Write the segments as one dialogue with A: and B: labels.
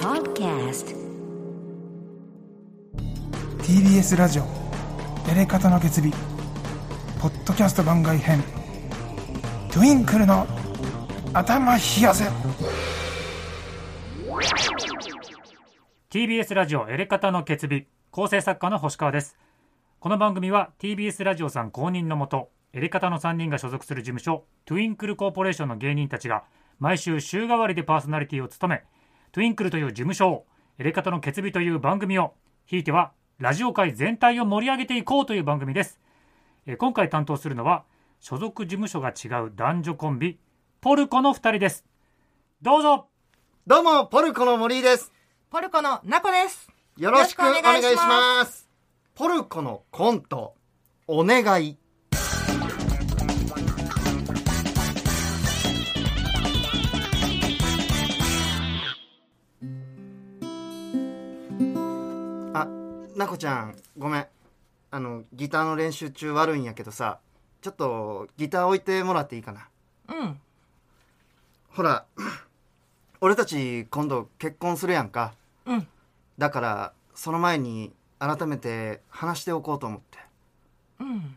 A: Podcast
B: TBS ラジオやれ方の決日ポッドキャスト番外編トゥインクルの頭冷やせ
C: TBS ラジオエレカタの決日構成作家の星川ですこの番組は TBS ラジオさん公認のもとエレカタの3人が所属する事務所トゥインクルコーポレーションの芸人たちが毎週週替わりでパーソナリティを務めトゥインクルという事務所をエレカタの決日という番組をひいてはラジオ界全体を盛り上げていこうという番組ですえー今回担当するのは所属事務所が違う男女コンビポルコの2人ですどうぞ
D: どうも、ポルコの森井です。
E: ポルコのナコです。
D: よろしくお願いします。
E: よろ
D: ポル
E: しくお願
D: コのコント、お願い。あ、なこちゃん、ごめん。あの、ギターの練習中悪いんやけどさ、ちょっとギター置いてもらっていいかな。
E: うん。
D: ほら俺たち今度結婚するやんか
E: うん
D: だからその前に改めて話しておこうと思って
E: うん。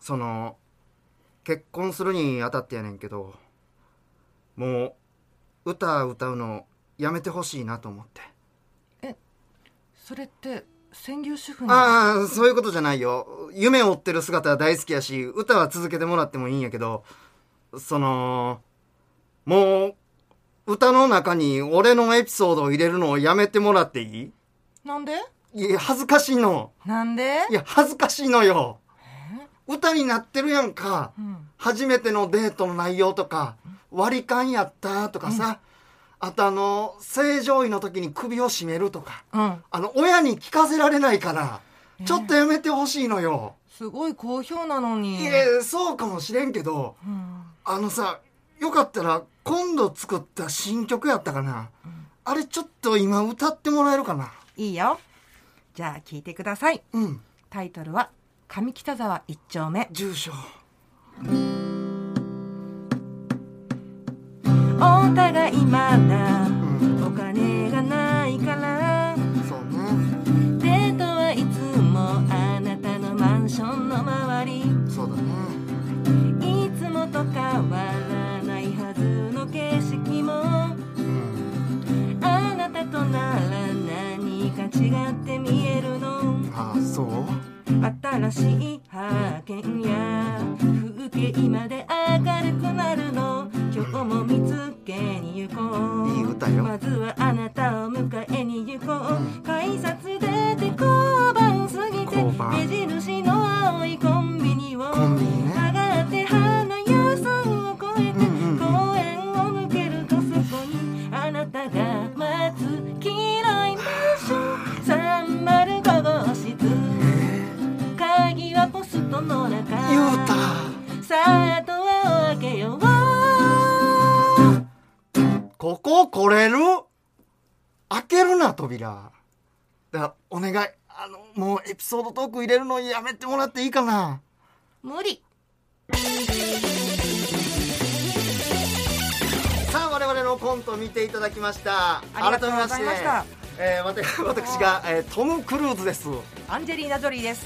D: その結婚するにあたってやねんけどもう歌歌うのやめてほしいなと思って、
E: それって専業主婦の。
D: ああそういうことじゃないよ夢を追ってる姿は大好きやし歌は続けてもらってもいいんやけどそのもう歌の中に俺のエピソードを入れるのをやめてもらっていい
E: なんで？
D: いや、恥ずかしいの。
E: なんで？
D: いや、恥ずかしいのよ。歌になってるやんか。
E: うん。
D: 初めてのデートの内容とか、割り勘やったとかさ。あとあの、正常位の時に首を絞めるとか。
E: うん。
D: あの、親に聞かせられないから、ちょっとやめてほしいのよ。
E: すごい好評なのに。
D: いや、そうかもしれんけど、
E: うん。
D: あのさ、よかったら、今度作った新曲やったかな。あれちょっと今歌ってもらえるかな。
E: いいよ。じゃあ聞いてください。
D: うん。
E: タイトルは上北沢一丁目。
D: 住所。
E: お互いまだ
D: うん。
E: お金がないから。
D: そうね。
E: デートはいつもあなたのマンションの周り。
D: そうだね。
E: いつもと変わらないはずの景色も。あなたとなら何か違って見えるの
D: ああそう
E: 新しい発見や風景まで明るくなるの今日も見つけに行こう
D: いい歌よ
E: まずはあなたを迎えに行こう改札出て交番過ぎて
D: 交番
E: 目印の青いコンビニを
D: コンビニね
E: 上がって花屋さんを越えて
D: うんうん
E: 公園を抜けるとそこにあなたが待つ黄色いマンション305号室鍵はポストの中
D: 言うた
E: さあドアを開けよう
D: ここ来れる開けるな扉だからお願いあのもうエピソードトーク入れるのやめてもらっていいかな
E: 無理
D: さあ我々のコントを見ていただきました
E: ありがとうございました
D: 改めまして、えーわた 私が、えートム・クルーズです
E: アンジェリーナ・ジョリーです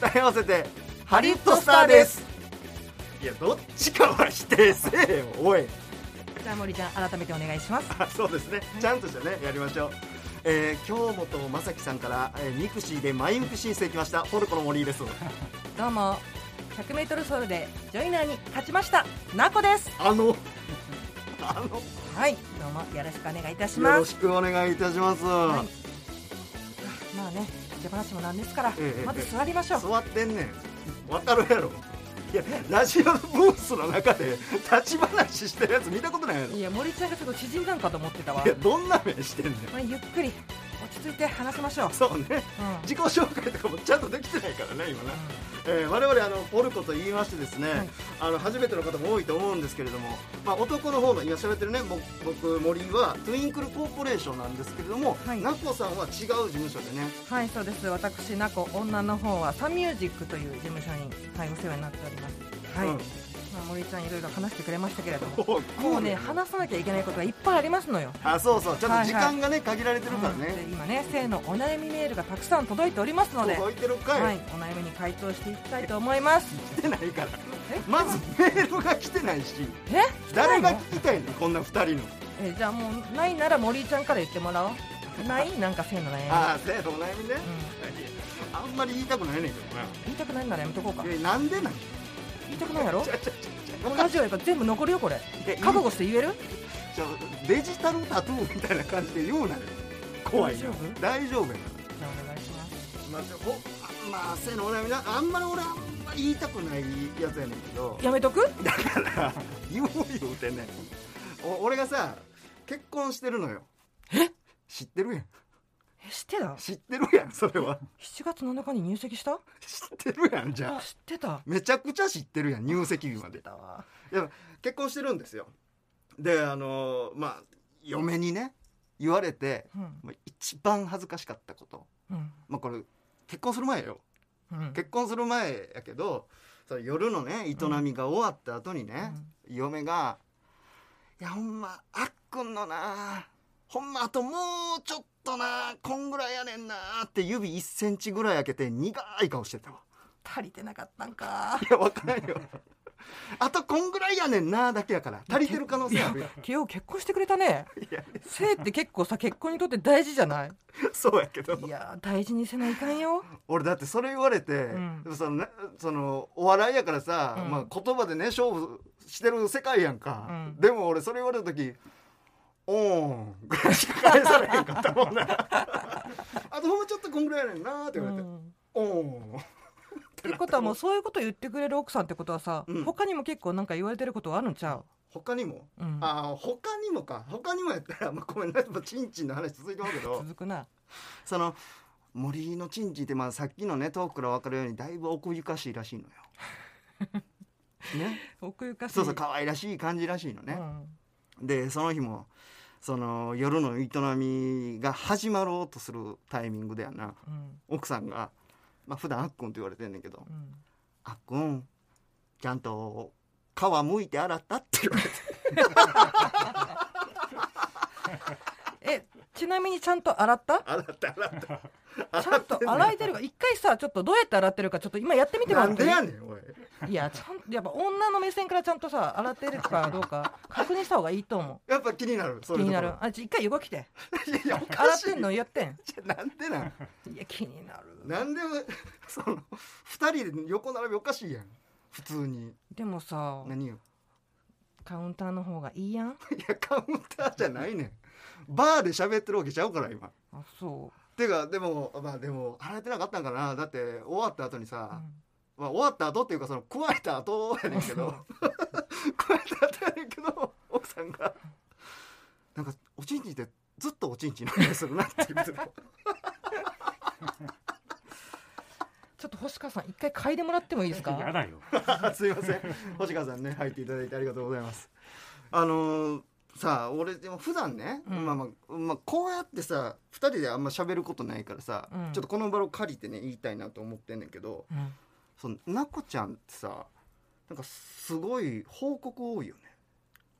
D: 答え合わせてハ
E: ハ
D: リ
E: リ
D: ウ
E: ウ
D: ッ
E: ッ
D: ド
E: ド
D: ス
E: ス
D: タ
E: タ
D: ー
E: ー
D: で
E: ですす
D: いやどっちかは否定せえよおい
E: じゃあ森ちゃん改めてお願いします
D: あそうですね、ちゃんとしたね、やりましょう。えー、京本正樹さんから、えー、ミクシーでマイミク申請きました、ポルコの森井です。
E: どうも 100m 走でジョイナーに勝ちましたナコです
D: あの、あの、
E: はいどうもよろしくお願いいたし
D: よ
E: ま
D: ろ
E: す
D: しくお願いいたします。
E: いまあね手放しもなんですから、
D: ええ
E: まず座りましょう
D: 座ってんねん。わかるやろ。いやラジオのブースの中で立ち話してるやつ見たことないやろい
E: いや森ちゃんがちょっと縮んだんかと思ってたわ
D: やどんな目してんねん
E: まあゆっくり落ち着いて話しましょう
D: そうね、
E: うん
D: 自己紹介とかもちゃんとできてないからね今ね、えー我々あのポルコと言いましてですね、あの初めての方も多いと思うんですけれども、まあ、男の方の今喋ってるね僕僕森はトゥインクルコーポレーションなんですけれども、
E: はい
D: ナコさんは違う事務所でね
E: はいそうです私なこ女の方はサンミュージックという事務所に、はい、お世話になっておりますはい、
D: うん
E: まあ、森ちゃんいろいろ話してくれましたけ れど も
D: お
E: もうね話さなきゃいけないことがいっぱいありますのよ
D: あそうそうちょっと時間がね限られてるから
E: うんで
D: ね、
E: 今ね性のお悩みメールがたくさん届いておりますので
D: 届いてるかい、
E: はい、お悩みに回答していきたいと思います
D: 来てないから
E: え
D: まずメールが来てないし
E: え
D: 誰が
E: 来
D: 聞きたいのこんな2人の
E: ないのえじゃあもうないなら森ちゃんから言ってもらおうないなんか性の悩み
D: ああせやお悩みね、
E: う
D: あんまり言いたくないねんけどな
E: 言いたくないならやめとこうか
D: えなんでなん
E: 言いたくないやろ
D: ちゃちゃち
E: このラジオやっぱ全部残るよこれ
D: や
E: 覚悟して言える
D: ゃちゃデジタルタトゥーみたいな感じで言うなよ怖いよ大丈夫やから
E: じゃあお願いします
D: まあほあまあせやのお悩みなあんまり俺あんまり言いたくないやつやねんけど
E: やめとく
D: だから言う言うてねお俺がさ結婚してるのよえ知ってるやん
E: え知ってた
D: 知ってるやんそれは
E: 7月7日に入籍した
D: 知ってるやんじゃあ
E: 知ってた
D: めちゃくちゃ知ってるやん入籍日までいや結婚してるんですよであのーまあ嫁にね言われて、
E: うん
D: まあ一番恥ずかしかったこと、
E: うん
D: まあ、これ結婚する前よ
E: うん
D: 結婚する前やけどその夜のね営みが終わった後にね、嫁が「いやほんまあっくんのなほんまあともうちょっとなこんぐらいやねんな」って指1センチぐらい開けて苦い顔してたわ。
E: 足りてなかったんか
D: いや、わからんよ。 あとこんぐらいやねんなだけやから足りてる可能性あるよ
E: 慶応結婚してくれたね性って結構さ結婚にとって大事じゃない
D: そうやけど
E: いやー大事にせないかんよ
D: 俺だってそれ言われて、
E: ん
D: でもそのねそのお笑いやからさ、まあ、言葉でね勝負してる世界やんか、
E: うん
D: でも俺それ言われた時「おーん」ぐらいしか返されへんかったもん なあとほんまちょっとこんぐらいやねんなって言われて「
E: うん
D: おーん」
E: ってことはもうそういうこと言ってくれる奥さんってことはさ、
D: うん
E: 他にも結構なんか言われてることはあるんちゃう
D: 他にも、
E: うん
D: ああ他にもか他にもやったら、まあ、ごめんなまあチンチンの話続いてますけど
E: 続くな
D: その森のチンチンって、まあ、さっきのねトークから分かるようにだいぶ奥ゆかしいらしい のよ。ね、
E: 奥ゆかしい
D: そうそう可愛らしい感じらしいの
E: う
D: ね。
E: ん
D: でその日もその夜の営みが始まろうとするタイミングでやな
E: うん
D: 奥さんが、まあ普段あっくんって言われてんねんけど
E: うん
D: 「あっくんちゃんと皮むいて洗った」って言われて
E: えちなみにちゃんと洗った
D: 洗った洗った
E: ちゃんと洗えてるか一回さちょっとどうやって洗ってるかちょっと今やってみても
D: な
E: らっ
D: ん
E: て
D: で
E: いい
D: やねんおい
E: いやちゃんとやっぱ女の目線からちゃんとさ洗ってるかどうか確認した方がいいと思
D: やっぱ気になるそうう
E: 気
D: いう
E: に
D: と
E: な
D: こ
E: る
D: ろ
E: あちょ一回横 来て
D: いやいやお
E: 洗
D: か
E: っ
D: しい
E: てんのやってん
D: じゃなんでなん
E: いや気になる
D: なんでその2人で横並びおかしいやん普通に
E: でもさ
D: 何よ
E: カウンターの方がいいやん
D: いやカウンターじゃないねんバーで喋ってるわけちゃうから今
E: あそ
D: てかでもまあでも洗えてなかったんかなだって終わった後に
E: う、う
D: さ、
E: ん
D: まあ、終わった後っていうかその食われた後やねんけ ど食われた後やねんけど奥さんがなんかおちんちんってずっとおちんちんの話するなって言ってた
E: ちょっと星川さん一回嗅いでもらってもいいですか
C: やだよ
D: あすいません星川さんね入っていただいてありがとうございますあのーさあ俺でも普段ね、まあまあ、まあ、こうやってさ2人であんま喋ることないからさ、
E: うん
D: ちょっとこの場を借りてね言いたいなと思ってんねんけど
E: うん
D: そのなこちゃんってさなんかすごい報告多いよね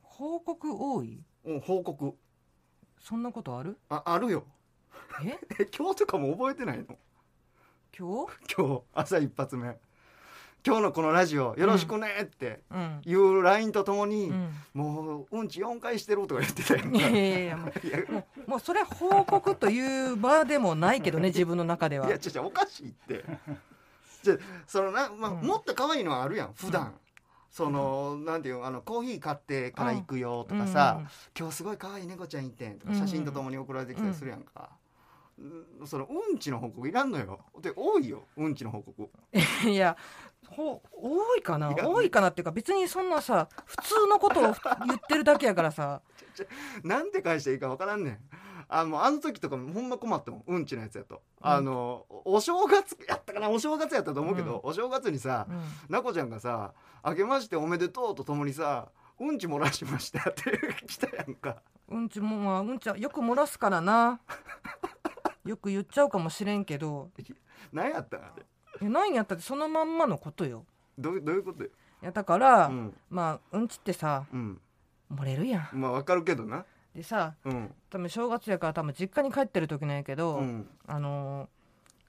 E: 報告多い
D: うん報告
E: そんなことある
D: ああるよ
E: え
D: え今日とかも覚えてないの
E: 今日
D: 今日朝一発目今日のこのラジオよろしくねって
E: うん
D: いう LINE とともに、
E: うん
D: もううんち4回してるとか言ってたよ
E: いやいやいやも
D: いやいう
E: もうそれ報告という場でもないけどね自分の中では
D: や、ちょちょ、おかしい って。じゃ、そのな、まあ、
E: うん
D: もっと可愛いのはあるやん、普段。その、なんていうのあの、コーヒー買ってから行くよとか
E: うんうん
D: さ
E: うん。
D: 今日すごい可愛い猫ちゃんいてんと
E: う
D: か、
E: んうん
D: 写真とともに送られてきたりするやんか。うんそのうんちの報告いらんのよで多いようんちの報告
E: いやほ多いかない
D: や
E: 多いかなっていうか別にそんなさ普通のことを 言ってるだけやからさ
D: なんて返していいかわからんねんあもうあの時とかほんま困ったもんうんちのやつやと、あのお正月やったかなお正月やったと思うけど、お正月にさ、
E: ん
D: なこちゃんがさ「明けましておめでとう」とともにさ「うんち漏らしました」って来たやんか
E: うんちもまあうんちはよく漏らすからな よく言っちゃうかもしれんけど
D: 何やったんあれ
E: いや何やったってそのまんまのことよ
D: どうどういうことよ
E: いやだから、
D: うん
E: まあうんちってさ
D: うん
E: 漏れるやん
D: まあわかるけどな
E: でさ
D: うん
E: 多分正月やから多分実家に帰ってる時なんやけど、
D: うん
E: あのー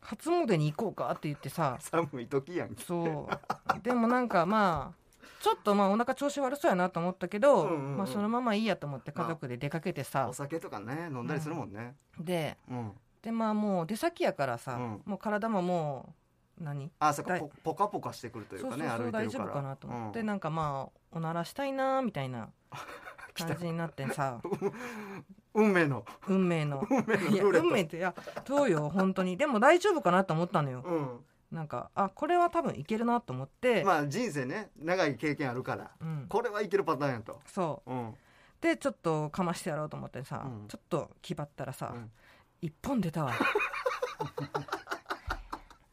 E: 初詣に行こうかって言ってさ
D: 寒い時やんけ
E: そうでもなんかまあちょっとまあお腹調子悪そうやなと思ったけど、
D: うんうんうん
E: まあ、そのままいいやと思って家族で出かけてさ
D: お、酒とかね飲んだりするもんね
E: で
D: うん、
E: でまあもう出先やからさ、
D: うん
E: もう体ももう何
D: あそっか
E: だい
D: ポポカポカしてくるという
E: そう
D: か
E: そう
D: ね
E: そう
D: 歩い
E: 大
D: て
E: 丈
D: るから
E: 夫かなと思って、
D: うん
E: なんかまあおならしたいなみた いな
D: た
E: 感じになってさ
D: 運命の
E: 運命 の
D: 運命のル
E: いや
D: ーレット
E: 運命っていやどうよ本当にでも大丈夫かなと思ったのよ
D: うん
E: なんかあこれは多分いけるなと思って、
D: まあ人生ね長い経験あるから、
E: うん
D: これはいけるパターンやと、
E: そう
D: うん、
E: でちょっとかましてやろうと思ってさ、
D: うん
E: ちょっと気張ったらさ、
D: うん
E: 一本出 たわ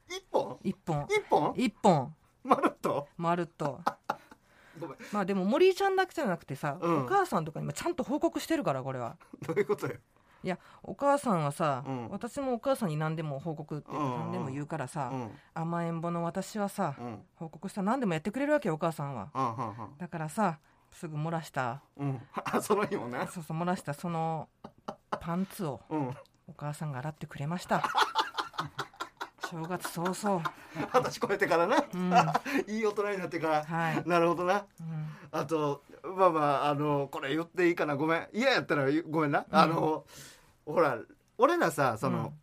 D: 一本
E: 一本
D: 一本
E: 一本
D: まるっと
E: まるっと
D: ごめん
E: まあでも森井ちゃんだけじゃなくてさ、
D: うん
E: お母さんとかにもちゃんと報告してるからこれは
D: どういうことよ
E: いやお母さんはさ、
D: うん
E: 私もお母さんに何でも報告って
D: うんうん
E: 何でも言うからさ、
D: うん
E: 甘えん坊の私はさ、
D: うんうん
E: 報告したら何でもやってくれるわけよお母さんは
D: うん
E: だからさすぐ漏らした
D: うんうんあその日もな
E: そうそう漏らしたそのパンツを
D: うん
E: お母さんが洗ってくれました 正月早々
D: 二十歳超えてからな、 いい大人になってから、
E: はい
D: なるほどな、あとまあまああのこれ言っていいかなごめん嫌やったらごめんな、あのほら俺らさその、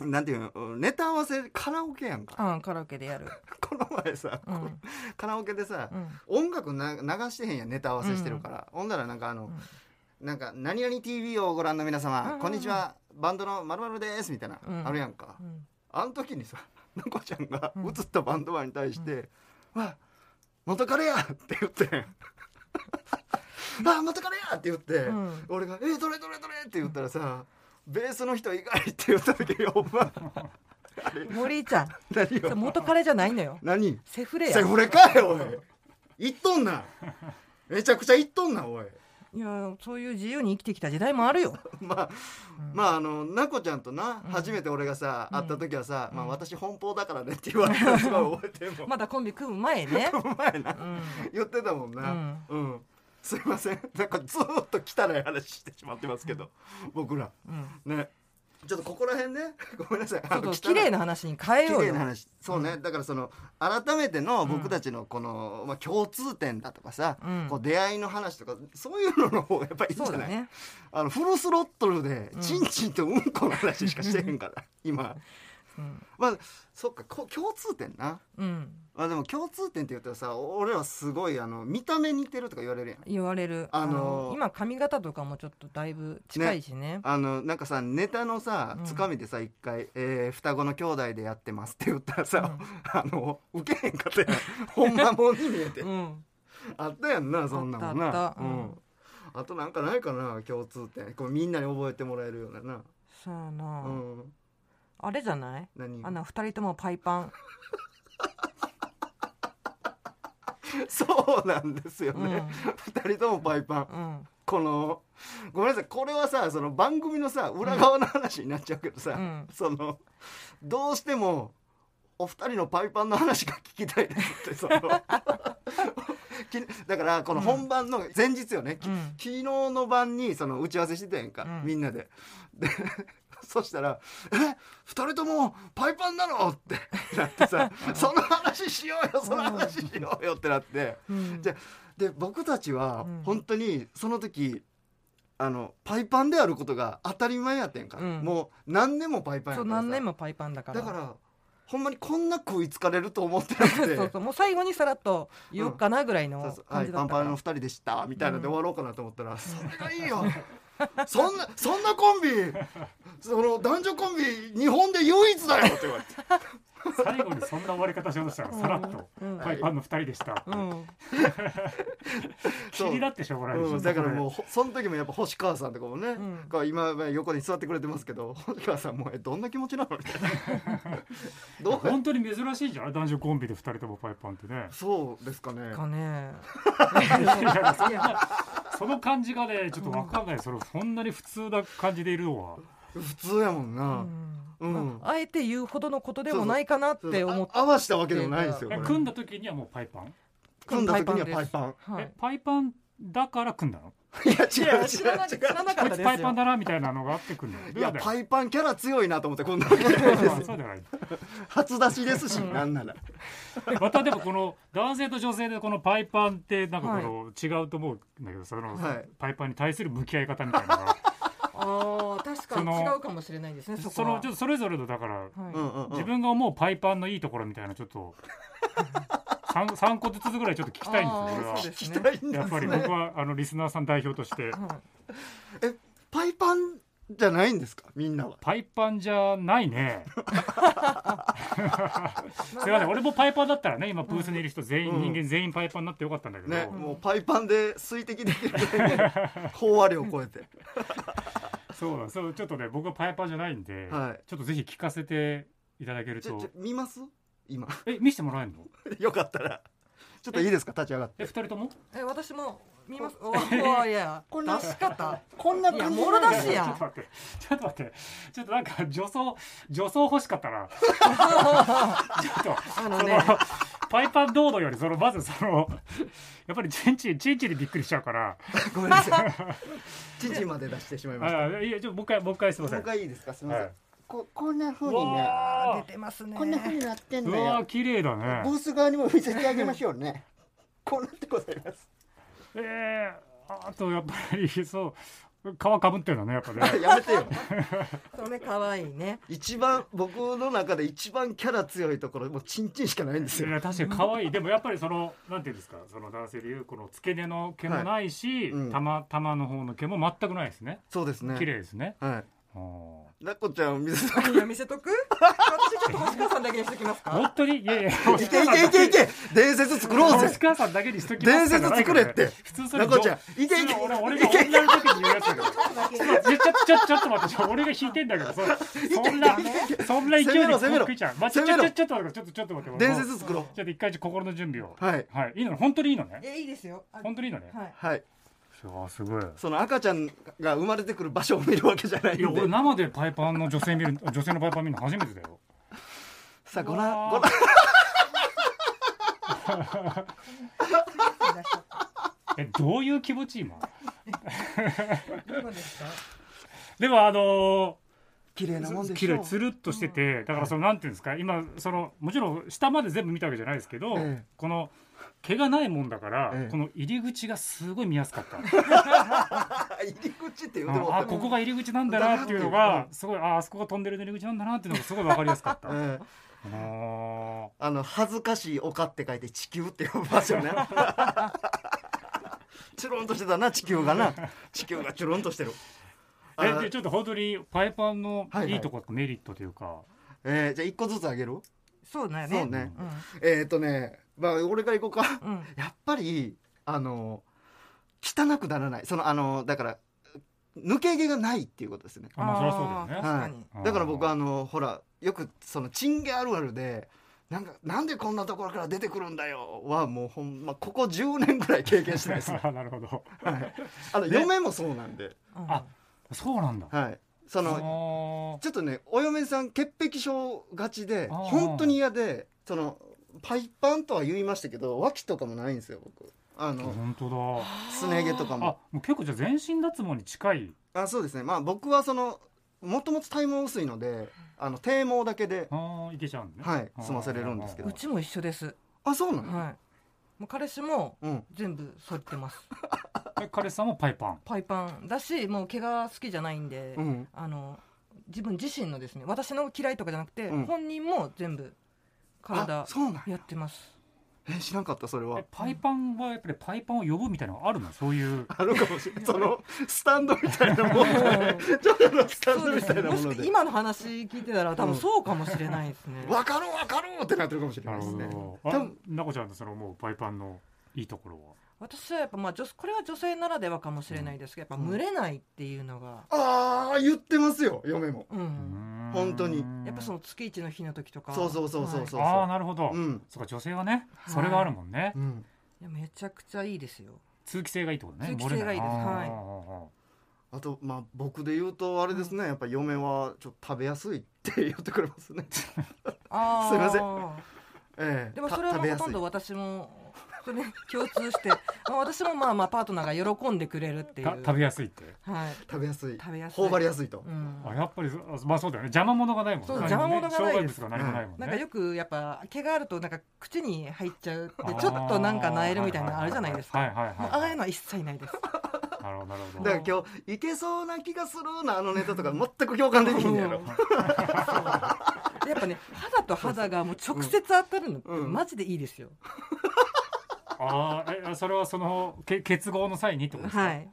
D: なんていうのネタ合わせカラオケやんか
E: うん、カラオケでやる。
D: この前さ、こ
E: うん
D: カラオケでさ、
E: うん
D: 音楽な流してへんやんネタ合わせしてるから、ほんならなんかあの、なんか何々 TV をご覧の皆様、こんにちはバンドのまるまるですみたいな、
E: ん
D: あるやんか、
E: ん
D: あの時にさ なこちゃんが映ったバンドマンに対して「わ元カレや!」って言 ってん「わ元カレや!」って言って、
E: ん
D: 俺が「えどれどれどれ!」って言ったらさ、ベースの人以外って言った時にお前あれ
E: 森井ちゃん、
D: 何
E: それ
D: よ
E: 元彼じゃないのよ。
D: 何
E: セフレや。
D: セフレかよおい言っとんなめちゃくちゃ言っとんなおい
E: いや、そういう自由に生きてきた時代もある よ。
D: まあ、まああのなこちゃんとな初めて俺がさ、会った時はさ、まあ私奔放だからねって言われたのすごい覚えてるもん
E: まだコンビ組む前ね。
D: お前な、言ってたもんな、うんすいませんなんかずーっと汚い話してしまってますけど、僕ら、ねちょっとここら辺ね ごめんなさい
E: ちょ
D: あ
E: っ
D: の
E: と
D: 汚い
E: 綺麗な話に変え
D: 綺
E: よう
D: 麗
E: よ
D: な。話そうね、だからその改めての僕たちのこの、まあ、共通点だとかさ、こう出会いの話とかそういうのの方がやっぱりいいんじ
E: そ
D: ゃ
E: う
D: な
E: だ
D: い、
E: ね。
D: あのフルスロットルでチンチンとうんこの話しかしてへんから 今、まあそっかこう共通点な
E: うん。
D: まあでも共通点って言ったらさ俺はすごいあの見た目似てるとか言われるやん
E: 言われる。
D: あのー
E: 今髪型とかもちょっとだいぶ近いしね。
D: あのなんかさネタのさつかみでさ一回、えー双子の兄弟でやってます」って言ったらさ、 あの受けへんかったやんほんまもんに見えて
E: うん。
D: あったやんなそんなもんな
E: あったあった
D: う
E: うん
D: ん、あとなんかないかな共通点こうみんなに覚えてもらえるようなな
E: さあな、
D: うん
E: あれじゃない
D: 何
E: あの、二人ともパイパン。
D: そうなんですよね、二人ともパイパン、
E: うん。
D: このごめんなさいこれはさその番組のさ裏側の話になっちゃうけどさ、
E: ん
D: そのどうしてもお二人のパイパンの話が聞きたいですってその きだからこの本番の前日よね、き昨日の晩にその打ち合わせしてたやんか、みんなで。で そしたら「え二人ともパイパンなの?」ってなって さ「その話しようよその話しようよ」ってなって、じゃで僕たちは本当にその時あのパイパンであることが当たり前やってんか、
E: うん
D: もう何年もパイパン
E: そ
D: や
E: う、
D: からさ
E: 何年もパイパンだから。
D: だからほんまにこんな食いつかれると思ってなくて
E: そうそう。もう最後にさらっと言おうかなぐらいの
D: そうそうは
E: 感
D: い
E: じだ
D: パ
E: っ
D: ン
E: たか
D: パ
E: ら。
D: ンの2人でした みたいなので終わろうかなと思ったら、それがいいよそんなそんなコンビその男女コンビ日本で唯一だよって言われて
C: 最後にそんな終わり方しようとしたらさらっと「はいファンの2人でした」
E: うん
C: 気になってしょうがないでし
D: う
C: ょ
D: ん、だから
C: そこで
D: もうほその時もやっぱ星川さんとかもね、
E: ん
D: こう今まあ横に座ってくれてますけど星川さんもえどんな気持ちなのみたいなどう
C: 本当に珍しいんじゃない男女コンビで2人ともパイパンってね
D: そうですかね
E: かね
C: いやそんなその感じがねちょっと分かんないそれそんなに普通な感じでいるのは
D: 普通やもんな、うん
E: あえて言うほどのことでもないかなっ
D: そう
E: て思っ
D: あ合わせたわけでもないんですよこ
C: え
D: れ
C: 組んだ時にはもうパイパン
D: 組んだ時にはパイパン
E: た、は
C: え
E: い、
C: パイパンだから組んだの
D: いや違う違う違う
E: 知らな知らな
C: こ
E: かっ
C: い
E: た
C: つ
E: で
C: パ
E: す
C: イパン
E: よ
C: だなみたいなのがあってくるの
D: いやパ
C: イ
D: イパンキャラ強いなと思ってこんな
C: パン そうじゃない
D: 初出しですし、なんなら
C: またでもこの男性と女性でこのパイパンってなんかこの違うと思うんだけどその
D: はい
C: パイパンに対する向き合い方みたいなのが
E: ああ確かに違うかもしれないですねそ
C: そ
E: こは
C: のちょっとそれぞれのだから
E: はい
D: うんうんうん
C: 自分が思うパイパンのいいところみたいなちょっ と三三個ずつぐらいちょっと聞きたいん
E: あー
C: です
E: そ
C: よ
E: うで
D: 期
E: す
C: 俺は
D: 待で
E: ね
C: やっぱ
D: す
C: り
D: ね
C: 僕はあのリスナーさん代表として
E: はい
D: えパイパンじゃないんですかみんなは
C: パイパンじゃない ねすいません俺もパイパンだったらね今ブースにいる人全員、
D: うん
C: 人間全員パイパンになってよかったんだけど、
D: ね、もうパイパンで水滴できるぐら いね飽和量を超えて
C: そうだそうちょっとね僕はパイパンじゃないんで、
D: はい
C: ちょっとぜひ聞かせていただける
D: ちょ
C: と
D: ちょ見ます今
C: え見せてもらえるの
D: よかったらちょっといいですか立ち上がって
C: え二人とも
E: え私も見 ますおおいや
D: こんな
E: 出し方
D: こんない
E: やもろ出し
C: ちょっと
E: や
C: 待ってちょっと待ってちょっとなんか女装女装欲しかったなちょっと
E: あのね
C: そのパイパン道路よりそのまずそのやっぱりチンチンチンチンでびっくりしちゃうから
D: ごめんなさい知事まで出してしまいましたも
C: あいやちょっともう一回もう一回すいうません
D: 一回いいですかすみません、
C: はい
D: ここんな風
C: う
D: にね
C: わ
E: 出てますね
D: こんな風になってん
C: ーう
D: だ
C: わー
D: よ
C: 綺麗だね
D: ブース側にも見せてあげましょう ねこうなってございます
C: えー、あとやっぱりそう皮かぶってるのねやっぱね
D: やめてよ
E: それ可愛いね
D: 一番僕の中で一番キャラ強いところもうチンチンしかないんです
C: い
D: よ
C: や確かに可愛いでもやっぱりそのなんていうんですかその男性でいうこの付け根の毛もないし、
D: はいうん
C: 玉玉の方の毛も全くないですね
D: そうですね
C: 綺麗ですね、あ
D: は
C: ー
D: いなっこちゃんを見せて
E: いや見せとく私ちょっと星川さんだけにしてきますか
C: 本当にいやいや
D: いけいけいけいけ伝説作ろうぜ
C: 星川さんだけにしときますから
D: 伝説作れって
C: 普通それ
D: 中ちゃんいけいけ
C: 普通俺俺が女の時に言うやつだからちょちょちょちょっと待ってちょ俺が引いてんだけどそそんなそんな勢いで
D: 攻めろ攻めろ
C: 食いちゃう、まあ、ちょ
D: 攻
C: ちょ
D: め
C: ちょち
D: ろ
C: ょっと待ってちょっとちょっと待って
D: 伝説作ろう
C: ちょっと一回ちょっと心の準備を
D: はい
C: はいいいの本当にいいのね
E: えいいですよあ
C: 本当にいいのね
E: はい
D: はい
C: そうすごい
D: その赤ちゃんが生まれてくる場所を見るわけじゃないん
C: いや俺
D: で
C: 生でパイパンの女性見る女性のパイパン見るの初めてだよ
D: さあご
C: う
D: 覧
C: わー
D: ご覧
C: えどういう気持ち今
E: どうですか
C: でもあのー
D: 綺麗なもんで
C: 綺
D: しょ
C: 麗つるっとしててだからそのなんていうんですか今そのもちろん下まで全部見たわけじゃないですけど、
D: ええ
C: この毛がないもんだから、
D: ええ
C: この入り口がすごい見やすか った、
D: あ入り口って言うてもう
C: あ
D: た
C: あここが入り口なんだなっていうのがすごいああそこがトンネルの入り口なんだなっていうのがすごいわかりやすか った。
D: うん
C: あの
D: あの恥ずかしい丘って書いて地球って呼ぶ場所ね チュルンとしてたな地球がな地球がチュルンとしてるあ
C: ーえでちょっと本当にパイパンの
D: はいはい
C: いいとこってメリットというか、
D: えーじゃあ一個ずつあげる
E: そうだよね
D: そうね
E: うん
D: えっ、とねまあ俺から行こうか
E: うん
D: やっぱりあの汚くならないそのあのだから抜け毛がないっていうことですね
C: あまあそりゃそうだよね。
E: 確かに
D: はい、だから僕あのほらよくそのチンゲあるあるでなんかなんでこんなところから出てくるんだよはもうほんまここ10年ぐらい経験してな いです、は い、
C: なるほど。
D: あの嫁もそうなんで、
E: うん
C: あそうなんだ。
D: はい、そ
C: あ
D: の
C: の
D: ちょっとねお嫁さん潔癖症がちで
C: あー
D: 本当に嫌でそのパイパンとは言いましたけど脇とかもないんですよ僕あ
C: ー
D: の
C: 本当だ。
D: すね毛とか
C: あ
D: も
C: もう結構じゃあ全身脱毛に近い。
D: あそうですねまあ僕はそのもともと体毛薄いのであの低毛だけで
C: ああ、いけちゃうんね。
D: はい
C: あー
D: 済ませれるんですけど
E: うちも一緒です
D: あそうなの、
E: はいもう彼氏も
D: うん
E: 全部剃ってます
C: え彼氏さんもパイパン。
E: パイパンだしもう毛が好きじゃないんで、
D: うん
E: あの自分自身のですね私の嫌いとかじゃなくて、
D: うん
E: 本人も全部
D: あ
E: 体
D: そうなんや
E: やってます
D: え知らんかったそれは
C: えパイパンはやっぱりパイパンを呼ぶみたいなのあるのそういう
D: あるかもしれないそのスタンドみたいな ものでちょっとのスタン
E: そ
D: ド
E: う
D: み
E: で
D: た
E: す
D: いな
E: ね。
D: も
E: も
D: の
E: し
D: で
E: 今の話聞いてたら多分そうかもしれないですね。
D: わかろうわかろうってなってるかもしれないですね
C: あ
D: 多分
C: なこちゃんのそのもうパイパンのいいところは
E: 私はやっぱまあ女これは女性ならではかもしれないですけど、やっぱ群れないっていうのが、
D: ああ言ってますよ嫁も
E: うん、
D: 本当に
E: やっぱそ
C: の
E: の月一の日の時とか、
D: そうそうそうそう
E: はい
D: そう
C: ああ
D: そ
C: なるほど、
D: うん
C: そうか女性はね
E: はい
C: それがあるもんね、
D: ううん
E: いやめちゃくちゃいいですよ。
C: 通気性がいいってことね
E: 通気性がいいです
C: 漏れな
E: はい
C: あーあーあー
D: あとまあ僕で言うとあれですねやっぱ嫁はちょっと食べやすいって言ってくれますね
E: あー
D: すいませええ
E: でも
D: た
E: それは
D: 食べ
E: ほ
D: やすい
E: とんど私も。それ 共通して、まあ、私もまあまあパートナーが喜んでくれるっていう。
C: た食べやすいって
E: はい。
D: 食べやすい
E: 食べやすい
D: 頬張りやすいと
E: うん。
C: あやっぱりそまあそうだよね邪魔物がないもんね
E: そう邪魔物がないです
C: 障害物が何もないもんね、
E: なんかよくやっぱ毛があるとなんか口に入っちゃうってちょっとなんか萎えるみたいなのあるじゃないですか。
C: はいはいはい
E: もうああいうのは一切ないです。
C: なるほどなるほど
D: だから今日いけそうな気がするなあのネタとか全く共感できんねやろ
E: うんそうやっぱね肌と肌がもう直接当たるのって
D: うん
E: マジでいいですよ。
C: あーえそれはそのけ結合の際にってことですか、
E: はい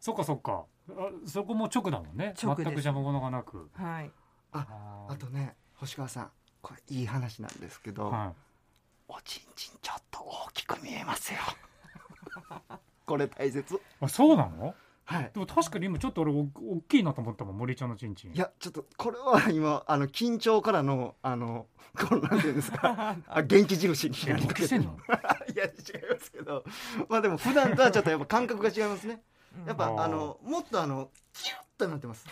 C: そっかそっかあそこも直だもんね全
E: 直
C: く
E: です
C: 邪魔物がなく
E: はい。
C: あー
D: あとね星川さんこれいい話なんですけど、
C: は
D: おちんちんちょっと大きく見えますよ これ大切
C: い、あそうなの
D: はい
C: でも確かに今ちょっと俺お大きいなと思ったもん森ちゃんのちんちん
D: いやちょっとこれは今あの緊張からのあのこのなんていうんで すかあ元気印に
C: え
D: なり
C: ボ
D: か
C: ケて
D: けて
C: ん
D: る
C: の
D: いや違いますけどまあでも普段とはちょっとやっぱ感覚が違いますね
C: う
D: やっ
C: ん
D: ぱあのもっとあのキュッとなってます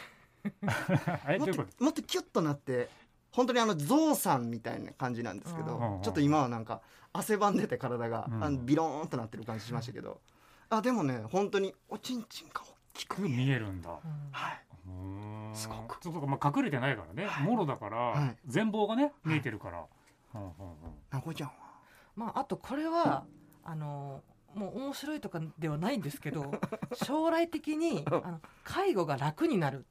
C: えど
D: も
C: う
D: っ
C: いう
D: と
C: こと
D: もっとキュッとなって本当にあのゾウさんみたいな感じなんですけ
C: うんうん
D: ど
C: うん
D: ちょっと今はなんか汗ばんでて体が、
C: うん
D: あのビローンとなってる感じしましたけどあでもね本当におちんちんが大きく見える
C: 見えるんだ
E: うん
D: はい、
C: うーん
D: すごく
C: そうそうかまあ隠れてないからね、もろだから、
D: はい
C: 全貌がね見えてるから、うんうんうん
D: なこちゃんは
E: まああとこれはあのもう面白いとかではないんです けど将来的にあの介護が楽になる。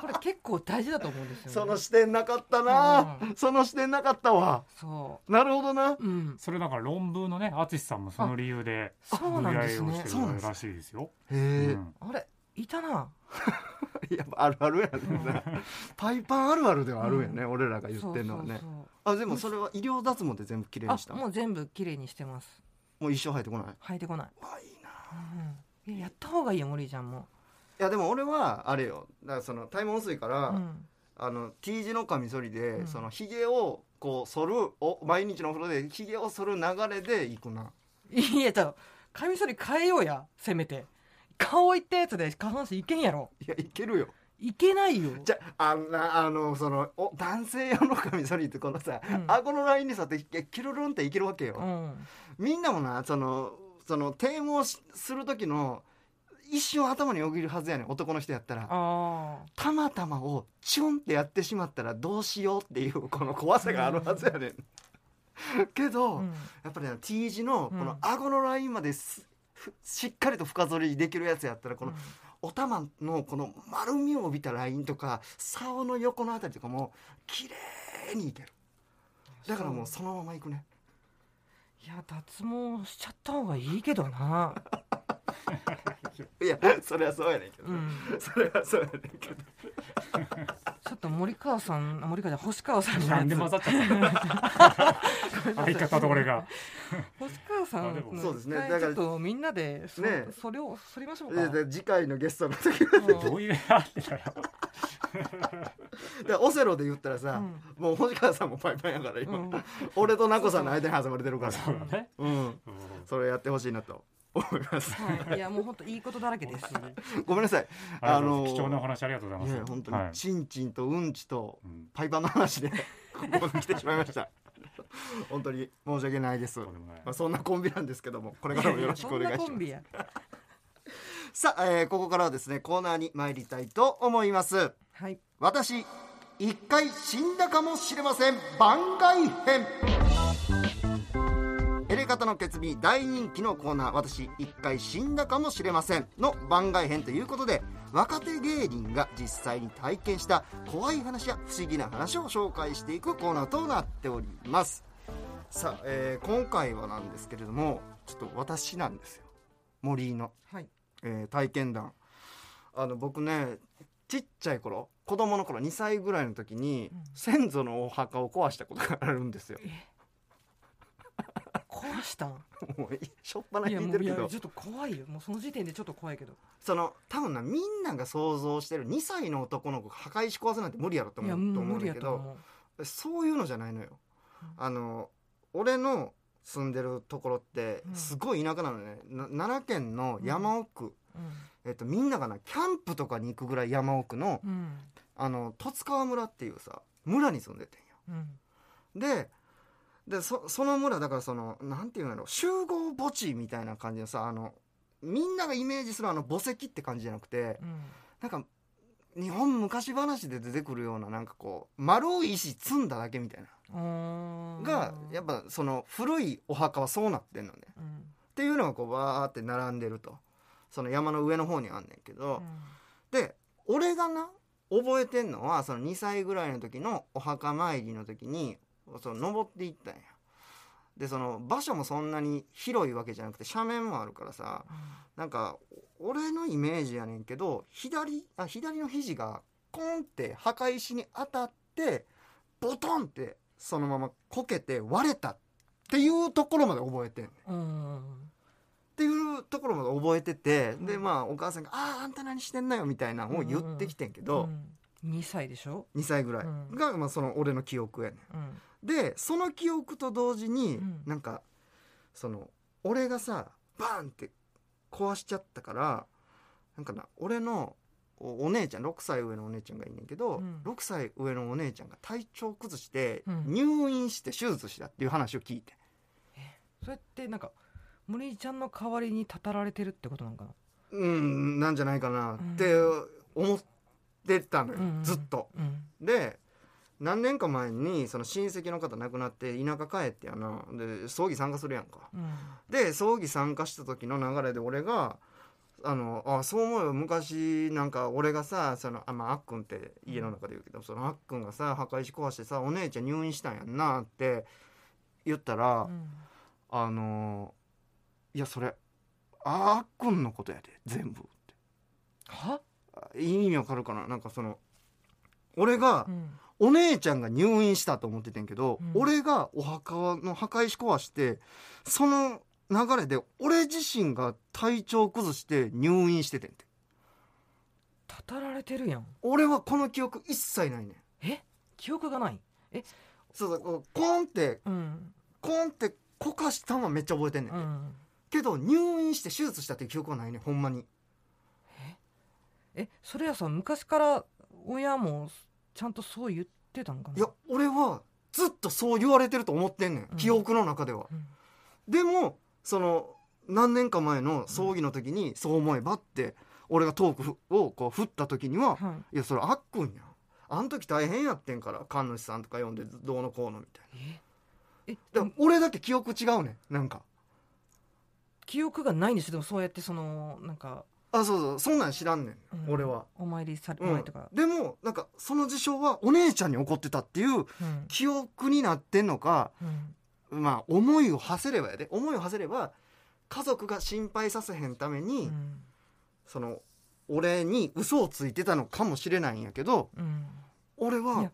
E: これ結構大事だと思うんですよ、ね。
D: その視点なかったな、
E: う
D: その視点なかったわ
E: そ
D: なるほどな
E: う。うん。
C: それだから論文のね淳さんもその理由で
E: そうなんです
C: 分野
E: ね
C: をしてるらしいですよ。
D: へ
C: う
D: え、
C: ん
E: あれいたな。
D: やっぱあるあるや ねパイパンあるあるではあるんやね、俺らが言ってるのはね
E: そうそう
D: あでもそれは医療脱毛で全部きれいにし
E: そう
D: た
E: あもう全部綺麗にしてます。
D: もう一生生えてこない
E: 生えてこない。
D: わいいな
E: うん、やった方がいいよ森ちゃんも、
D: いやでも俺はあれよだからその体毛薄いから、
E: うん、
D: あの T 字のカミソリで、
E: うん
D: そのひげをこう剃るお毎日のお風呂でひげを剃る流れでいくない
E: やちょっとカミソリ変えようやせめて顔いったやつで下半身いけんやろ
D: いやいけるよ
E: いけないよ
D: じゃあんなあのそのお男性用のカミソリってこのさ、
E: うん
D: 顎のラインに沿ってひげキュルルンっていけるわけ
E: う
D: よ、
E: ん、
D: みんなもなそのその低毛しする時の一瞬頭によぎるはずやねん男の人やったら
E: あ
D: たまたまをチュンってやってしまったらどうしようっていうこの怖さがあるはずやねんけ
E: あ、
D: ど、
E: うん、
D: やっぱりね T 字のこ
E: うん
D: の顎のラインまです、ふしっかりと深剃りできるやつやったらこの
E: うん
D: お玉のこの丸みを帯びたラインとか竿の横のあたりとかも綺麗にいけるだからもうそのままいくね
E: いや脱毛しちゃった方がいいけどな、
D: いやそれはそうやねんけど、
E: うん、
D: それはそうやねんけど
E: ちょっと森川さんあ森川じゃない星川 さん
C: なんで
E: の
C: 混
E: や
C: ざっちゃったの相方と俺が。
E: つ星川さ
C: あ
E: ん
C: でも
E: の
D: そうですね
E: 一回
D: だか
E: ち
D: ら
E: ょっとみんなでそ,、
D: ねえ
E: それをそりましょう
D: え
E: か、
D: で次回のゲストの時だか
C: どういうあってたよ。
D: らオセロで言ったらさ、
E: う
D: もう星川さんもパイパンやから
E: う
D: 今、
E: んうん
D: 俺と奈子さんの間に挟まれてるから
C: そうだね。
D: うん
C: うん
D: それやってほしいなと思います
E: はい、いやもう本当いいことだら けです
D: ごめんなさい
C: あ
D: あ
C: の
D: の
C: 貴重なお話ありがとうござい
D: い
C: ま
D: やい
C: す
D: や。本当
C: は
D: に
C: い
D: ちんちんとうんちと
C: うん
D: パイパンの話でここに来てしまいました本当に申し訳ないです
C: んでもない
D: まあそんなコンビなんですけどもこれからもよろしくお願い
E: そんな
D: し
E: コ
D: ま
E: ン
D: す
E: ビや
D: さあ、えーここからはですねコーナーに参りたいと思います
E: はい
D: 私一回死んだかもしれません番外編エレカタの決意大人気のコーナー私一回死んだかもしれませんの番外編ということで若手芸人が実際に体験した怖い話や不思議な話を紹介していくコーナーとなっておりますさあ、えー今回はなんですけれどもちょっと私なんですよ森井の、
E: はい
D: えー体験談あの僕ねちっちゃい頃子供の頃2歳ぐらいの時に、先祖のお墓を壊したことがあるんですよ
E: 壊したん
D: もうしょっぱない
E: や
D: 聞い
E: も
D: て
E: う
D: る
E: い
D: け
E: や
D: ど
E: ちょっと怖いよもうその時点でちょっと怖いけど
D: その多分なみんなが想像してる2歳の男の子が破壊し壊すなんて無理やろと
E: い
D: 思
E: や
D: う
E: も
D: と
E: う
D: 思う
E: 無
D: んだ
E: 理や
D: け
E: と
D: ど
E: 思う
D: そういうのじゃないのよ。あの俺の住んでるところって
E: うん
D: すごい田舎なのね、な奈良県の山奥、
E: う
D: えっと、みんながなキャンプとかに行くぐらい山奥の,、
E: んうん
D: あの十津川村っていうさ村に住んでてんよ。
E: うん
D: ででそその村だからそのなんていうんだろう集合墓地みたいな感じのさあのみんながイメージするあの墓石って感じじゃなくて、
E: うん
D: なんか日本昔話で出てくるようななんかこう丸い石積んだだけみたいな。
E: うん
D: がやっぱその古いお墓はそうなってんのね
E: うん
D: っていうのがこうわーって並んでるとその山の上の方にあんねんけど、で俺がな覚えてんのはその2歳ぐらいの時のお墓参りの時にその登っていったんやでその場所もそんなに広いわけじゃなくて斜面もあるからさなんかお俺のイメージやねんけど左あ左の肘がコンって墓石に当たってボトンってそのままこけて割れたっていうところまで覚えてんねん
E: うん
D: っていうところまで覚えてて、でまあお母さんが「あああんた何してんなよ」みたいなのを言ってきてんけど、
E: うん2歳でしょ
D: 2歳ぐらい
E: うん
D: が、まあ、その俺の記憶やねん。
E: うん
D: でその記憶と同時に、
E: うん
D: なんかその俺がさバーンって壊しちゃったからなんかな俺のおお姉ちゃん6歳上のお姉ちゃんがいんねんけど、
E: うん
D: 6歳上のお姉ちゃんが体調崩して、
E: うん
D: 入院して手術したっていう話を聞いて
E: それってなんか森井ちゃんの代わりにたたられてるってことなんかな
D: うんなんじゃないかなって思ってたのよ、
E: うん
D: ずっと。
E: うん
D: で何年か前にその親戚の方亡くなって田舎帰ってやなで葬儀参加するやんか
E: うん
D: で葬儀参加した時の流れで俺が「あのあそう思うよ昔なんか俺がさそのあ、まあ、あっくんって家の中で言うけどそのあっくんがさ墓石壊してさお姉ちゃん入院したんやんな」って言ったら「
E: うん
D: あのいやそれあっくんのことやで全部」って
E: は
D: あ意味わかるかななんかその俺が、
E: うん
D: お姉ちゃんが入院したと思っててんけど、
E: うん
D: 俺がお墓の墓石壊して、その流れで俺自身が体調崩して入院しててんて。
E: たたられてるやん
D: 俺はこの記憶一切ないねん。
E: え記憶がないえ
D: そうそう、こうコーンって、
E: うん
D: コーンってこかしたのはめっちゃ覚えてんねん
E: う
D: て。
E: ん
D: けど入院して手術したっていう記憶はないねん、ほんまに。
E: えそれはさ昔から親もちゃんとそう言ってたんかない
D: や、俺はずっとそう言われてると思ってんね
E: うん
D: ん。記憶の中では。
E: うん
D: でもその何年か前の葬儀の時にそう思えばって俺がトークをこう振った時には
E: は
D: 「
E: い
D: いやそれあっくんやんあん時大変やってんから神主さんとか呼んでどうのこうの」みたい
E: え
D: なだから俺だけ記憶違うねんなんか
E: 記憶がないんですよでもそうやってそのなんか、
D: あそうそうそんなん知らんねん
E: うん
D: 俺は、
E: お参りされ、
D: う
E: お
D: ん
E: 参りとか、
D: でもなんかその事象はお姉ちゃんに怒ってたっていう
E: うん
D: 記憶になってんのか
E: うん
D: まあ思いを馳せればやで思いを馳せれば家族が心配させへんために、
E: うん
D: その俺に嘘をついてたのかもしれないんやけど
E: うん
D: 俺
E: い
D: は
E: や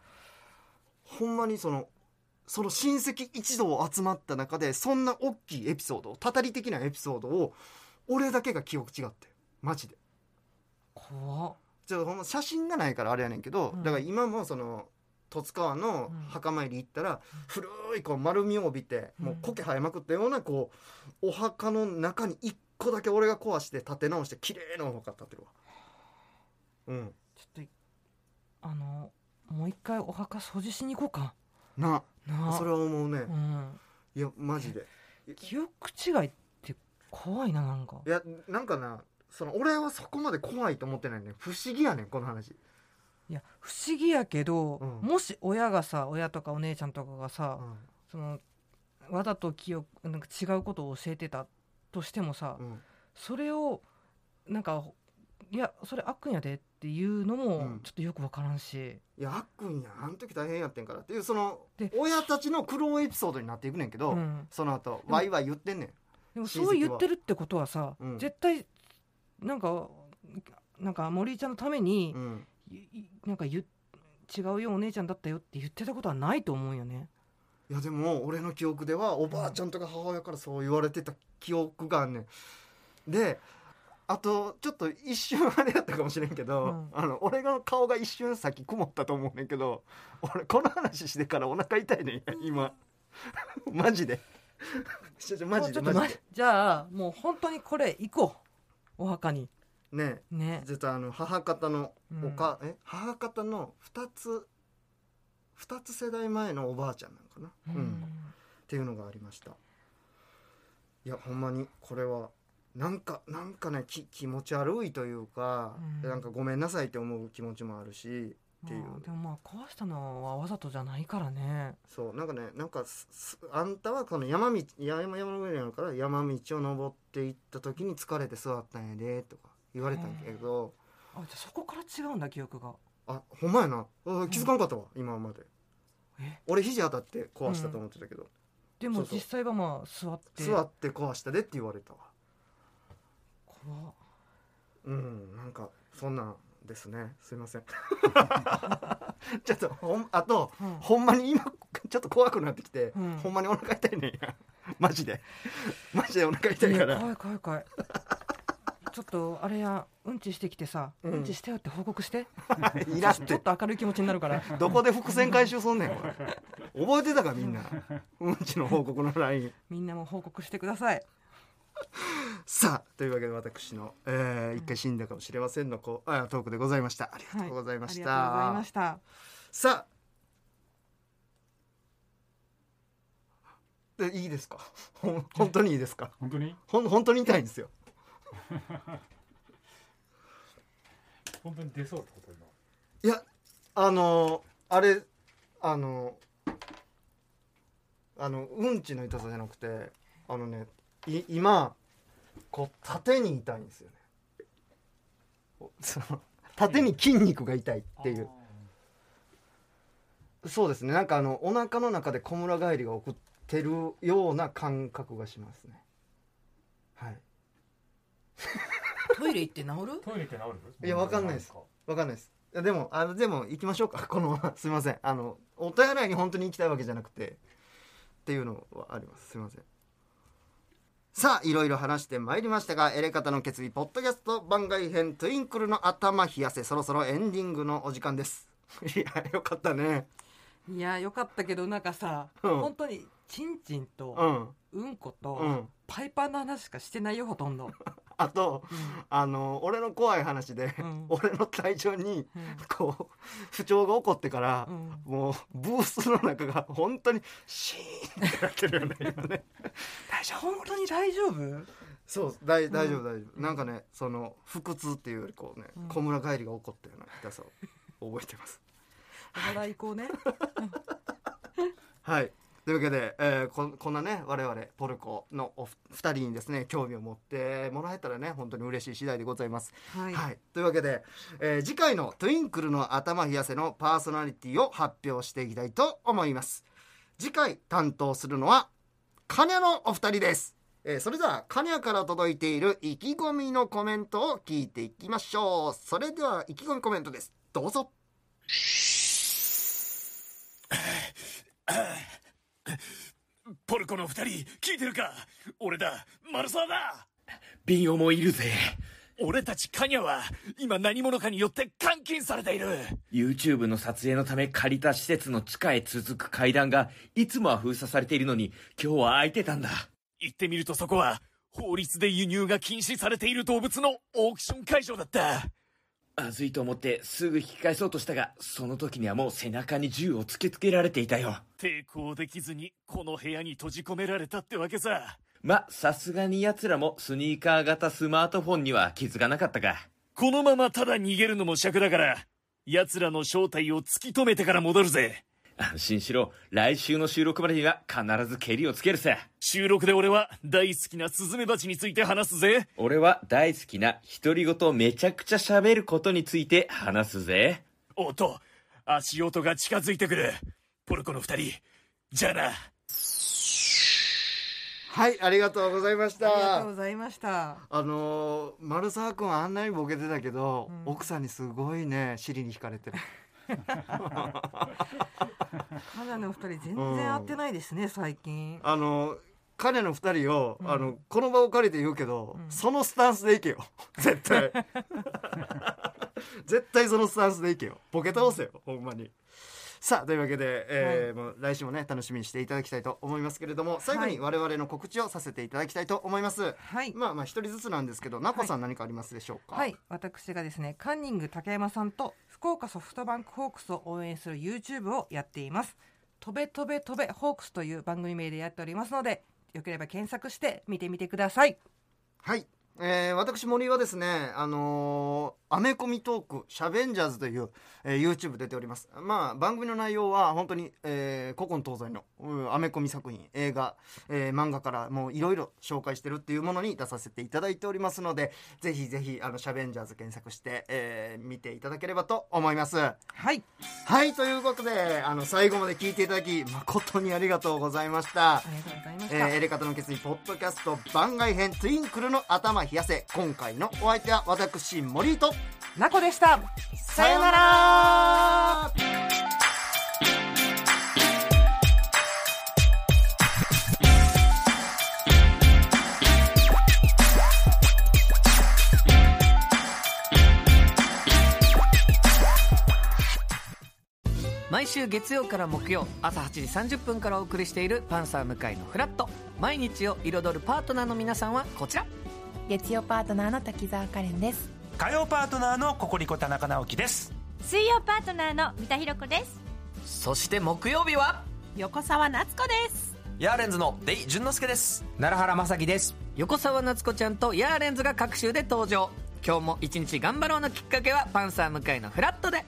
D: ほんまにそのその親戚一同集まった中でそんな大きいエピソードをたたり的なエピソードを俺だけが記憶違ってマジで
E: 怖っ
D: ちょっとほんま写真がないからあれやねんけど、
E: うん
D: だから今もその十津川の墓参り行ったら、古いこう丸みを帯びてもう苔生えまくったようなこうお墓の中に一個だけ俺が壊して建て直して綺麗なお墓建てるわ。うん
E: ちょっといあのもう一回お墓掃除しに行こうか
D: な
E: なあ
D: それは思うね、
E: うん、
D: いやマジで
E: 記憶違いって怖いななんか
D: いやなんかなその俺はそこまで怖いと思ってないね不思議やねんこの話
E: いや不思議やけど、
D: うん
E: もし親がさ親とかお姉ちゃんとかがさ、
D: う
E: そのわざと記憶なんか違うことを教えてたとしてもさ、
D: ん、うん
E: それをなんかいやそれあっくんやでっていうの
D: う
E: も
D: ん
E: ちょっとよくわからんし、
D: いやあっくんやあの時大変やってんからっていうその
E: で
D: 親たちの苦労エピソードになっていくねんけど、
E: うん
D: その後
E: でも
D: ワイワイ言ってんねん
E: でも
D: 親戚
E: そう言
D: は
E: ってるってことはさ、
D: うん
E: 絶対なんかなんか森井ちゃんのために、
D: うん、
E: いいなんかゆ違うよお姉ちゃんだったよって言ってたことはないと思うよね。
D: いやでも俺の記憶ではおばあちゃんとか母親からそう言われてた記憶があんねんであとちょっと一瞬あれやったかもしれんけど、
E: うん
D: あの俺の顔が一瞬さっき曇ったと思うねんけど俺この話してからお腹痛いねんや今 マジでちょちょマジで
E: もう
D: マ
E: ちょ
D: ジ
E: っとま
D: で
E: じゃあもう本当にこれ行こうお墓に
D: ねえ
E: ね。
D: 絶対あの母方のおか、え母方の2つ2つ世代前のおばあちゃんなのかな、
E: う
D: うんっていうのがありましたいやほんまにこれはなんかなんかねき気持ち悪いというか、
E: うん
D: なんかごめんなさいって思う気持ちもあるしっていう、
E: まあでもまあ壊したのはわざとじゃないからね。
D: そうなんかねなんかすすあんたはこの山道山山の上にあるから山道を登っていった時に疲れて座ったんやでとか言われたんやけど、
E: あじゃあそこから違うんだ記憶が。
D: あほんまやなうん気づかんかったわ、今まで
E: え
D: 俺肘当たって壊したと思ってたけど、
E: でも
D: そうそう
E: 実際はまあ座って
D: 座って壊したでって言われたわ
E: 怖っ
D: うんなんかそんなんですねすいま せんちょっとほんあと、
E: うん
D: ほんまに今ちょっと怖くなってきて、
E: うん
D: ほんまにお腹痛いねん やマジでマジでお腹痛い
E: い
D: か
E: や怖
D: ら
E: い怖い怖い。 ちょっとあれやうんちしてきてさ、うん、
D: ん
E: ちしてよって報告して。
D: いらっ
E: ちょってと明るい気持ちになるから。
D: どこで伏線回収すんねんこれ覚えてたかみ んなうんちの報告のライン
E: みんなも報告してください。
D: さあというわけで私の、えー一回死んだかもしれませんのこうあトークでございましたありがとうございました、
E: はい、ありがとうございました。
D: さあでいいですか ほん本当にいいですか
C: 本当に
D: ほん本当に痛いんですよ
C: 本当に出そうってこと今
D: いやあのーあれあのーあのうんちの痛さじゃなくてあのねい今こう縦に痛いんですよねおその縦に筋肉が痛いっていうそうですねなんかあのお腹の中で小村返りが起こってるような感覚がしますねはい
E: トイレ行って治る？
C: トイレって治る
D: いやわかんないですわかんないです。いやでも、あの、でも行きましょうか。こ の、すみません。あの、お手洗いに本当に行きたいわけじゃなくて、っていうのはあります。すみません。さあ、いろいろ話してまいりましたが、エレカタの決意、ポッドキャスト番外編、トゥインクルの頭冷やせ、そろそろエンディングのお時間です。 いや、よかったね。
E: いやよかったけどなんかさ、
D: うん
E: 本当にチンチン
D: う
E: と
D: ん。
E: うんこ
D: う
E: と
D: ん。
E: パイパーの話しかしてないよほと んど。
D: あと、あの、俺の怖い話で、
E: うん
D: 俺の体調に、
E: うん
D: こう、不調が起こってから、
E: うん
D: もうブースの中が本当にシーンってなってるよね今ね大丈
E: 本当に大丈夫？
D: そう大大丈夫大丈夫、なんかねその腹痛っていうよりこうね、
E: うん
D: 小村帰りが起こったような痛さを覚えてます
E: お笑い行こうね。
D: はいというわけで、えーこんこんなね我々ポルコのお二二人にですね興味を持ってもらえたらね本当に嬉しい次第でございます
E: はい。
D: はい、というわけで、えー次回の「トゥインクルの頭冷やせ」のパーソナリティを発表していきたいと思います次回担当するのはカニャのお二人です、えーそれではカニャから届いている意気込みのコメントを聞いていきましょうそれでは意気込みコメントですどうぞ
F: ポルコの二人聞いてるか俺だマルサーだビンオもいるぜ俺たちカニャは今何者かによって監禁されている
G: YouTube の撮影のため借りた施設の地下へ続く階段がいつもは封鎖されているのに今日は空いてたんだ。
F: 行ってみるとそこは法律で輸入が禁止されている動物のオークション会場だった
G: あずいと思ってすぐ引き返そうとしたが、その時にはもう背中に銃を突きつけられていたよ。
F: 抵抗できずにこの部屋に閉じ込められたってわけさ
G: ま、さすがに奴らもスニーカー型スマートフォンには気づかなかったか。
F: このままただ逃げるのも尺だから奴らの正体を突き止めてから戻るぜ
G: 安心しろ。来週の収録までには必ずケリをつけるさ。
F: 収録で俺は大好きなスズメバチについて話すぜ。
G: 俺は大好きな独り言をめちゃくちゃ喋ることについて話すぜ。
F: おっと、足音が近づいてくる。ポルコの二人。じゃあな。
D: はい、ありがとうございまし
E: ありがとう
D: た
E: ご。ざいました。
D: あのー、丸沢君あんなにボケてたけど、奥さんにすごいね尻に惹かれてる
E: 花のお二人全然会ってないですね、最近。
D: あのー彼の二人を、あのこの場を借りて言うけど、そのスタンスでいけよ 絶対絶対そのスタンスでいけよボケ倒せよ、ほんまにさあというわけで、えーもう来週もね楽しみにしていただきたいと思いますけれども最後に我々の告知をさせていただきたいと思います、
E: はい
D: まあまあ一人ずつなんですけどなこさん何かありますでしょうか、
E: はい、私がですね、カンニング竹山さんと福岡ソフトバンクホークスを応援する YouTube をやっています。とべとべとべホークスという番組名でやっておりますので、よければ検索して見てみてください。
D: はい、えー私森はですね、あのーアメコミトークシャベンジャーズという、えー YouTube 出ております。まあ番組の内容は本当に、えー古今東西の、うんアメコミ作品、映画、えー漫画からもういろいろ紹介してるっていうものに出させていただいておりますので、ぜひぜひあのシャベンジャーズ検索して、えー見ていただければと思います。
E: はい、
D: はい、ということであの最後まで聞いていただき誠にありがとうございました
E: あ。りがとうございまし
D: え
E: た。
D: ー、エレカタの決意ポッドキャスト番外編ツインクルの頭冷やせ今回のお相手は私森井と
E: なこでした。さようなら。
D: ら
H: 毎週月曜から木曜朝8時30分からお送りしている「パンサー向井のフラット」毎日を彩るパートナーの皆さんはこちら
I: 月曜パートナーの滝沢カレンです
J: 火曜パートナーのココリコ田中直樹です
A: 水曜パートナーの三田寛子です
H: そして木曜日は
I: 横澤夏子です
J: ヤーレンズのデイ淳之介です奈良原雅樹です
H: 横澤夏子ちゃんとヤーレンズが各週で登場今日も一日頑張ろうのきっかけは「パンサー向井のフラットで」